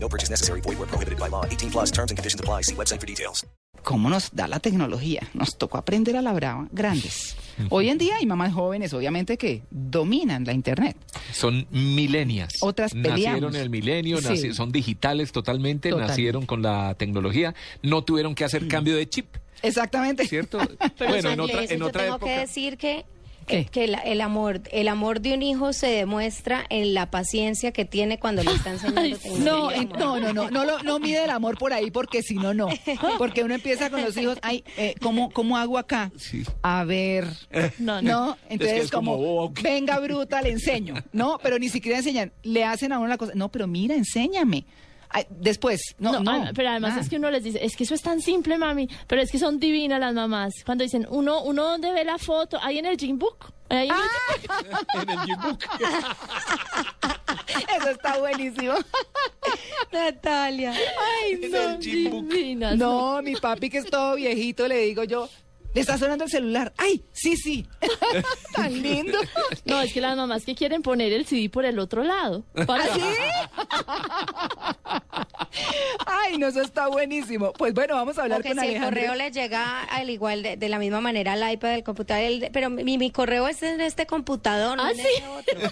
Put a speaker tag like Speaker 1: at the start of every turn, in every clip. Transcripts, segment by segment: Speaker 1: No purchase necessary. Void where prohibited by law. 18 plus terms and conditions apply. See website for details.
Speaker 2: ¿Cómo nos da la tecnología? Nos tocó aprender a la brava grandes. Hoy en día hay mamás jóvenes, obviamente, que dominan la Internet.
Speaker 3: Son milenias.
Speaker 2: Otras
Speaker 3: Nacieron
Speaker 2: peleamos.
Speaker 3: en el milenio,
Speaker 2: Sí.
Speaker 3: naci- son digitales totalmente,
Speaker 2: Total.
Speaker 3: nacieron con la tecnología, no tuvieron que hacer cambio de chip,
Speaker 2: Exactamente.
Speaker 3: ¿cierto?
Speaker 4: Pero
Speaker 3: bueno, en
Speaker 4: Santi,
Speaker 3: otra,
Speaker 4: eso
Speaker 3: en
Speaker 4: yo
Speaker 3: otra
Speaker 4: tengo
Speaker 3: época.
Speaker 4: que decir que
Speaker 2: ¿Qué?
Speaker 4: que la- el amor el amor de un hijo se demuestra en la paciencia que tiene cuando le está enseñando
Speaker 2: No,
Speaker 4: tecnología,
Speaker 2: eh,
Speaker 4: amor.
Speaker 2: no, no, no, no, lo- no mide el amor por ahí porque si no, no. Porque uno empieza con los hijos, ay, eh, ¿cómo, ¿cómo hago acá?
Speaker 3: Sí.
Speaker 2: A ver. No, entonces
Speaker 3: Es que es como "Oh,
Speaker 2: como,
Speaker 3: boba, ¿o qué?
Speaker 2: venga bruta, le enseño. No, pero ni siquiera enseñan, le hacen a uno la cosa, no, pero mira, enséñame. Ay, después, no, no.
Speaker 5: No, ah, pero además
Speaker 2: nada.
Speaker 5: es que uno les dice, es que eso es tan simple, mami, pero es que son divinas las mamás. Cuando dicen, uno, uno donde ve la foto, ahí en el gym book. ahí en el-
Speaker 2: Eso está buenísimo.
Speaker 4: Natalia
Speaker 5: Ay, son divinas.
Speaker 2: No, mi papi que es todo viejito, le digo yo, le está sonando el celular. Ay, sí, sí. Tan lindo.
Speaker 5: No, es que las mamás que quieren poner el CD por el otro lado.
Speaker 2: ¿Ah,
Speaker 5: Para-
Speaker 2: Ay, no, eso está buenísimo. Pues bueno, vamos a hablar
Speaker 4: o que
Speaker 2: con
Speaker 4: si el
Speaker 2: Alejandro.
Speaker 4: correo le llega al igual de, de la misma manera al iPad del computador el- pero mi, mi correo es en este computador no
Speaker 5: ¿Ah,
Speaker 4: en este
Speaker 5: sí?
Speaker 4: otro.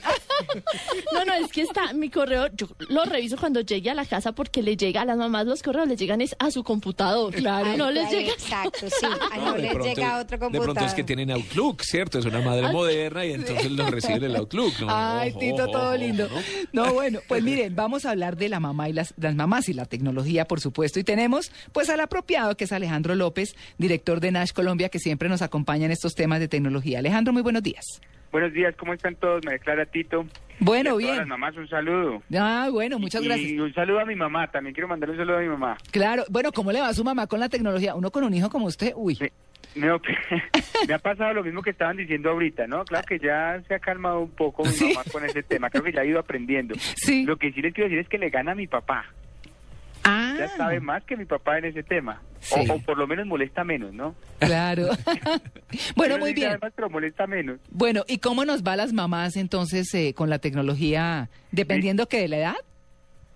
Speaker 5: No, no, es que está mi correo, yo lo reviso cuando llegue a la casa porque le llega a las mamás los correos, les llegan es a su computador.
Speaker 3: Ah,
Speaker 4: Al-
Speaker 5: no les
Speaker 4: al-
Speaker 5: llega.
Speaker 4: exacto sí a no,
Speaker 3: de
Speaker 4: les
Speaker 3: pronto-
Speaker 4: llega otro
Speaker 3: de
Speaker 4: computador
Speaker 3: pronto es que tienen Outlook, ¿cierto? Es una madre moderna y entonces los reciben el Outlook. ¿no?
Speaker 2: Ay,
Speaker 3: Ojo,
Speaker 2: Tito,
Speaker 3: ojo,
Speaker 2: todo
Speaker 3: ojo,
Speaker 2: lindo.
Speaker 3: ¿no?
Speaker 2: No, bueno, pues miren, vamos a hablar de la mamá y las, las mamás y la tecnología, por supuesto. Y tenemos, pues, al apropiado, que es Alejandro López, director de Nash Colombia, que siempre nos acompaña en estos temas de tecnología. Alejandro, muy buenos días.
Speaker 6: Buenos días, ¿cómo están todos? Me declara Tito. Y a
Speaker 2: Bueno,
Speaker 6: todas Las
Speaker 2: bien.
Speaker 6: mamás, un saludo.
Speaker 2: Ah, bueno, muchas
Speaker 6: Y
Speaker 2: gracias.
Speaker 6: un saludo a mi mamá, también quiero mandarle un saludo a mi mamá.
Speaker 2: Claro, bueno, ¿cómo le va a su mamá con la tecnología? Uno con un hijo como usted, uy.
Speaker 6: Me, me- me ha pasado lo mismo que estaban diciendo ahorita, ¿no? Claro que ya se ha calmado un poco mi mamá con ese tema, creo que ya ha ido aprendiendo.
Speaker 2: Sí.
Speaker 6: Lo que sí les quiero decir es que le gana a mi papá. Ya
Speaker 2: Ah,
Speaker 6: sabe más que mi papá en ese tema. O-
Speaker 2: Sí.
Speaker 6: O, por lo menos molesta menos, ¿no?
Speaker 2: claro. bueno,
Speaker 6: Yo no
Speaker 2: muy
Speaker 6: sé si sabe
Speaker 2: bien.
Speaker 6: más, pero molesta menos.
Speaker 2: Bueno, ¿y cómo nos va a las mamás entonces eh, con la tecnología, dependiendo que de la edad?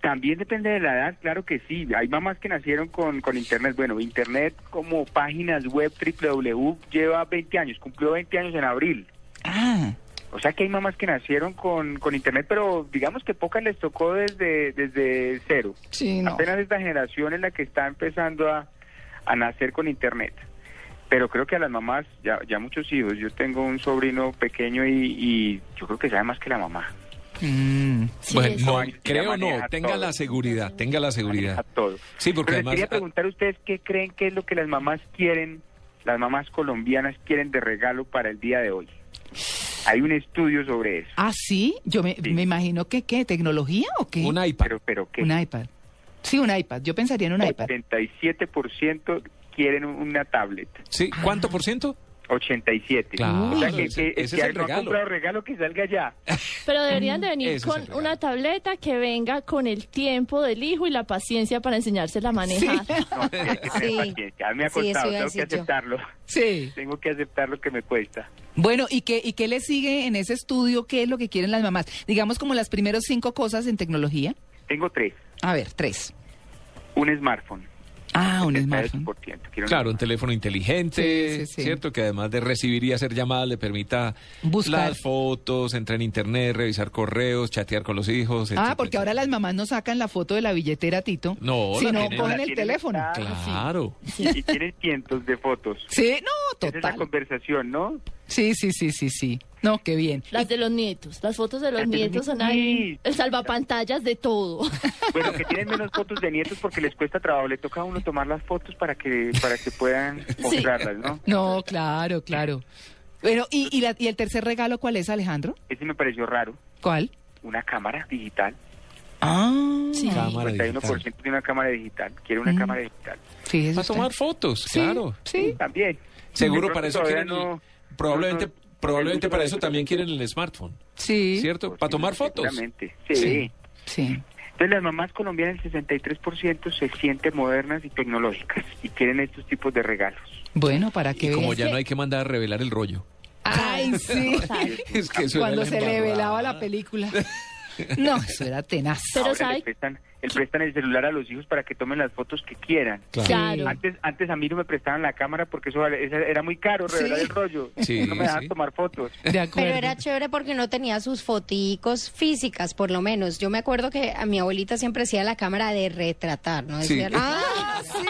Speaker 6: También depende de la edad, claro que sí. Hay mamás que nacieron con, con Internet. Bueno, Internet como páginas web www lleva 20 años, cumplió 20 años en abril.
Speaker 2: Ah,
Speaker 6: O sea que hay mamás que nacieron con, con Internet, pero digamos que pocas les tocó desde, desde cero.
Speaker 2: sí,
Speaker 6: Apenas esta generación es la que está empezando a, a nacer con Internet. Pero creo que a las mamás, ya, ya muchos hijos, yo tengo un sobrino pequeño y, y yo creo que sabe más que la mamá.
Speaker 2: Mm,
Speaker 5: Sí,
Speaker 3: Bueno,
Speaker 5: es-
Speaker 3: no,
Speaker 6: Ay, ya
Speaker 3: creo no,
Speaker 6: maneja
Speaker 3: tenga
Speaker 6: todo.
Speaker 3: la seguridad, tenga la
Speaker 6: A
Speaker 3: seguridad.
Speaker 6: todo.
Speaker 3: Sí, porque
Speaker 6: Pero les
Speaker 3: además...
Speaker 6: quería preguntar a ustedes qué creen que es lo que las mamás quieren, las mamás colombianas quieren de regalo para el día de hoy. Hay un estudio sobre eso.
Speaker 2: Ah, sí, yo me,
Speaker 6: Sí.
Speaker 2: me imagino que, ¿qué? ¿Tecnología o qué?
Speaker 3: Un iPad.
Speaker 6: Pero, pero ¿qué?
Speaker 2: Un iPad. Sí, un iPad. Yo pensaría en un iPad.
Speaker 6: 87% quieren una tablet.
Speaker 3: ¿Sí? ¿Cuánto por ciento?
Speaker 6: 87.
Speaker 3: Claro,
Speaker 6: o sea que,
Speaker 3: ese-
Speaker 6: que-
Speaker 3: ese
Speaker 6: que
Speaker 3: es el
Speaker 6: no ha
Speaker 3: regalo.
Speaker 6: comprado regalo que salga ya.
Speaker 5: Pero deberían de venir
Speaker 3: Ese es el
Speaker 5: con
Speaker 3: regalo.
Speaker 5: una tableta que venga con el tiempo del hijo y la paciencia para enseñársela a manejar.
Speaker 6: No, sí, hay que
Speaker 4: Sí.
Speaker 6: tener paciencia. A mí me ha
Speaker 4: Sí, eso iba a
Speaker 6: costado, tengo que
Speaker 4: decir yo.
Speaker 6: aceptarlo.
Speaker 2: Sí.
Speaker 6: Tengo que aceptar lo que me cuesta.
Speaker 2: Bueno, ¿y qué, ¿y qué le sigue en ese estudio? ¿Qué es lo que quieren las mamás? Digamos como las primeras cinco cosas en tecnología.
Speaker 6: Tengo tres.
Speaker 2: A ver, tres.
Speaker 6: Un smartphone.
Speaker 2: Ah, un
Speaker 6: 78%.
Speaker 2: smartphone.
Speaker 6: Quiero un
Speaker 3: Claro, un
Speaker 6: smartphone.
Speaker 3: teléfono inteligente,
Speaker 2: Sí, sí, sí.
Speaker 3: ¿cierto? Que además de recibir y hacer llamadas le permita
Speaker 2: Buscar.
Speaker 3: las fotos, entrar en internet, revisar correos, chatear con los hijos.
Speaker 2: Ah,
Speaker 3: etcétera,
Speaker 2: porque ahora las mamás no sacan la foto de la billetera, Tito.
Speaker 3: No, la
Speaker 2: sino cogen
Speaker 3: tienen-
Speaker 6: la
Speaker 2: el
Speaker 6: tienen
Speaker 2: teléfono.
Speaker 6: la-
Speaker 3: etcétera. Claro.
Speaker 6: Y tienen cientos de fotos.
Speaker 2: Sí, no,
Speaker 6: Esa es la
Speaker 2: total.
Speaker 6: conversación, ¿no?
Speaker 2: Sí, sí, sí, sí, sí. No, qué bien.
Speaker 5: Las de los nietos, las fotos de los
Speaker 6: Las de los
Speaker 5: nietos son
Speaker 6: nietos.
Speaker 5: ahí el salvapantallas de todo.
Speaker 6: Bueno, que tienen menos fotos de nietos porque les cuesta trabajo. Le toca a uno tomar las fotos para que, para que puedan mostrarlas, ¿no?
Speaker 2: No, claro, claro. Bueno, ¿y, y, la- y el tercer regalo cuál es, Alejandro?
Speaker 6: Ese me pareció raro.
Speaker 2: ¿Cuál?
Speaker 6: Una cámara digital.
Speaker 2: Ah,
Speaker 5: Sí.
Speaker 3: Cámara digital.
Speaker 6: 51% de una cámara digital. Quiere una cámara digital.
Speaker 2: Fíjese
Speaker 3: a
Speaker 2: usted.
Speaker 3: tomar fotos,
Speaker 2: Sí,
Speaker 3: claro.
Speaker 2: Mm. Sí.
Speaker 6: También. De
Speaker 3: Seguro
Speaker 6: pronto
Speaker 3: para eso
Speaker 6: todavía
Speaker 3: quieren,
Speaker 6: no-
Speaker 3: probablemente,
Speaker 6: no- no-
Speaker 3: probablemente
Speaker 6: no-
Speaker 3: para eso también quieren el smartphone,
Speaker 2: Sí.
Speaker 3: ¿cierto? Para tomar fotos.
Speaker 6: Seguramente, sí.
Speaker 2: Sí. Sí.
Speaker 6: Entonces las mamás colombianas, el 63% se sienten modernas y tecnológicas y quieren estos tipos de regalos.
Speaker 2: Bueno, para que
Speaker 3: Y como
Speaker 2: veas
Speaker 3: ya
Speaker 2: que-
Speaker 3: no hay que mandar a revelar el rollo.
Speaker 2: Ay, sí.
Speaker 3: Es que eso era
Speaker 2: Cuando
Speaker 3: la
Speaker 2: se le
Speaker 3: embarrada.
Speaker 2: velaba la película. No, eso era tenaz.
Speaker 5: Pero
Speaker 6: Ahora
Speaker 5: ¿sabe?
Speaker 6: le prestan, el prestan el celular a los hijos para que tomen las fotos que quieran.
Speaker 5: Claro.
Speaker 2: Ah,
Speaker 6: Antes, antes a mí no me prestaban la cámara porque eso vale- esa- era muy caro revelar
Speaker 2: Sí.
Speaker 6: el rollo.
Speaker 3: Sí,
Speaker 6: no me dejaban
Speaker 3: sí.
Speaker 6: tomar fotos.
Speaker 2: De acuerdo.
Speaker 4: Pero era chévere porque no tenía sus foticos físicas, por lo menos. Yo me acuerdo que a mi abuelita siempre hacía la cámara de retratar, ¿no?
Speaker 3: Sí.
Speaker 4: Decía, "Ah, sí",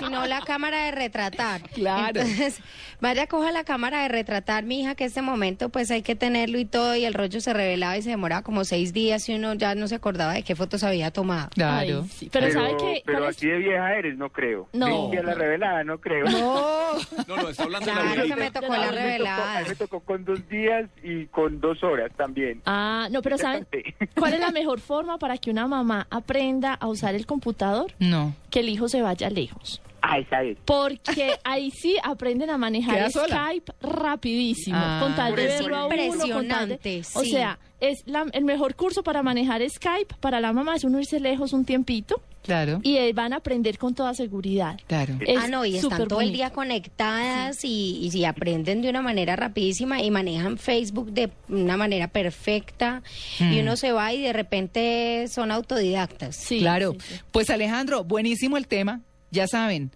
Speaker 4: Sino la cámara de retratar.
Speaker 2: Claro.
Speaker 4: Entonces, vaya, coja la cámara de retratar, mi hija, que este momento pues hay que tenerlo y todo. Y el rollo se revelaba y se demoraba como seis días y uno ya no se acordaba de qué fotos había tomado.
Speaker 2: Claro.
Speaker 5: Ay, sí. Pero, ¿sabe qué?
Speaker 6: pero
Speaker 5: ¿Cuál es?
Speaker 6: así de vieja eres, no creo.
Speaker 5: No.
Speaker 6: Limpia la revelada, no creo.
Speaker 3: No, no, está hablando de la
Speaker 4: Claro que
Speaker 3: abuelita.
Speaker 4: me tocó la
Speaker 6: A mí me tocó- a
Speaker 4: revelada.
Speaker 6: mí me tocó con dos días y con dos horas también.
Speaker 5: Ah, no, pero ¿saben
Speaker 6: Sí.
Speaker 5: cuál es la mejor forma para que una mamá aprenda a usar el computador?
Speaker 2: No.
Speaker 5: Que el hijo se vaya lejos.
Speaker 6: Ah, esa es.
Speaker 5: Porque ahí sí aprenden a manejar
Speaker 2: Queda sola.
Speaker 5: Skype rapidísimo.
Speaker 2: Ah.
Speaker 5: con tal de
Speaker 4: Pero es
Speaker 5: verlo a uno, con tal de-
Speaker 4: impresionante,
Speaker 5: O
Speaker 4: sí.
Speaker 5: sea, es la- el mejor curso para manejar Skype para la mamá es uno irse lejos un tiempito
Speaker 2: Claro.
Speaker 5: y eh, van a aprender con toda seguridad.
Speaker 2: Claro.
Speaker 5: Es
Speaker 4: ah, no, y están
Speaker 5: súper
Speaker 4: todo el
Speaker 5: bonito.
Speaker 4: día conectadas y, y si aprenden de una manera rapidísima y manejan Facebook de una manera perfecta
Speaker 5: Hmm.
Speaker 4: y uno se va y de repente son autodidactas.
Speaker 5: Sí,
Speaker 2: claro.
Speaker 5: sí, sí.
Speaker 2: Pues Alejandro, buenísimo el tema. Ya saben,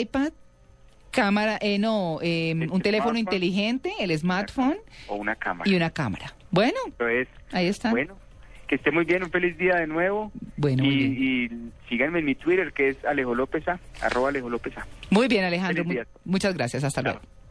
Speaker 2: iPad, cámara, eh, no, eh,
Speaker 6: El
Speaker 2: un teléfono
Speaker 6: smartphone.
Speaker 2: inteligente, el smartphone
Speaker 6: O una cámara.
Speaker 2: y una cámara. Bueno,
Speaker 6: Entonces,
Speaker 2: ahí está.
Speaker 6: bueno, que esté muy bien, un feliz día de nuevo.
Speaker 2: Bueno, muy
Speaker 6: y, y síganme en mi Twitter que es Alejo López A, arroba Alejo López A.
Speaker 2: Muy bien, Alejandro.
Speaker 6: Feliz
Speaker 2: mu-
Speaker 6: día.
Speaker 2: Muchas gracias. Hasta luego.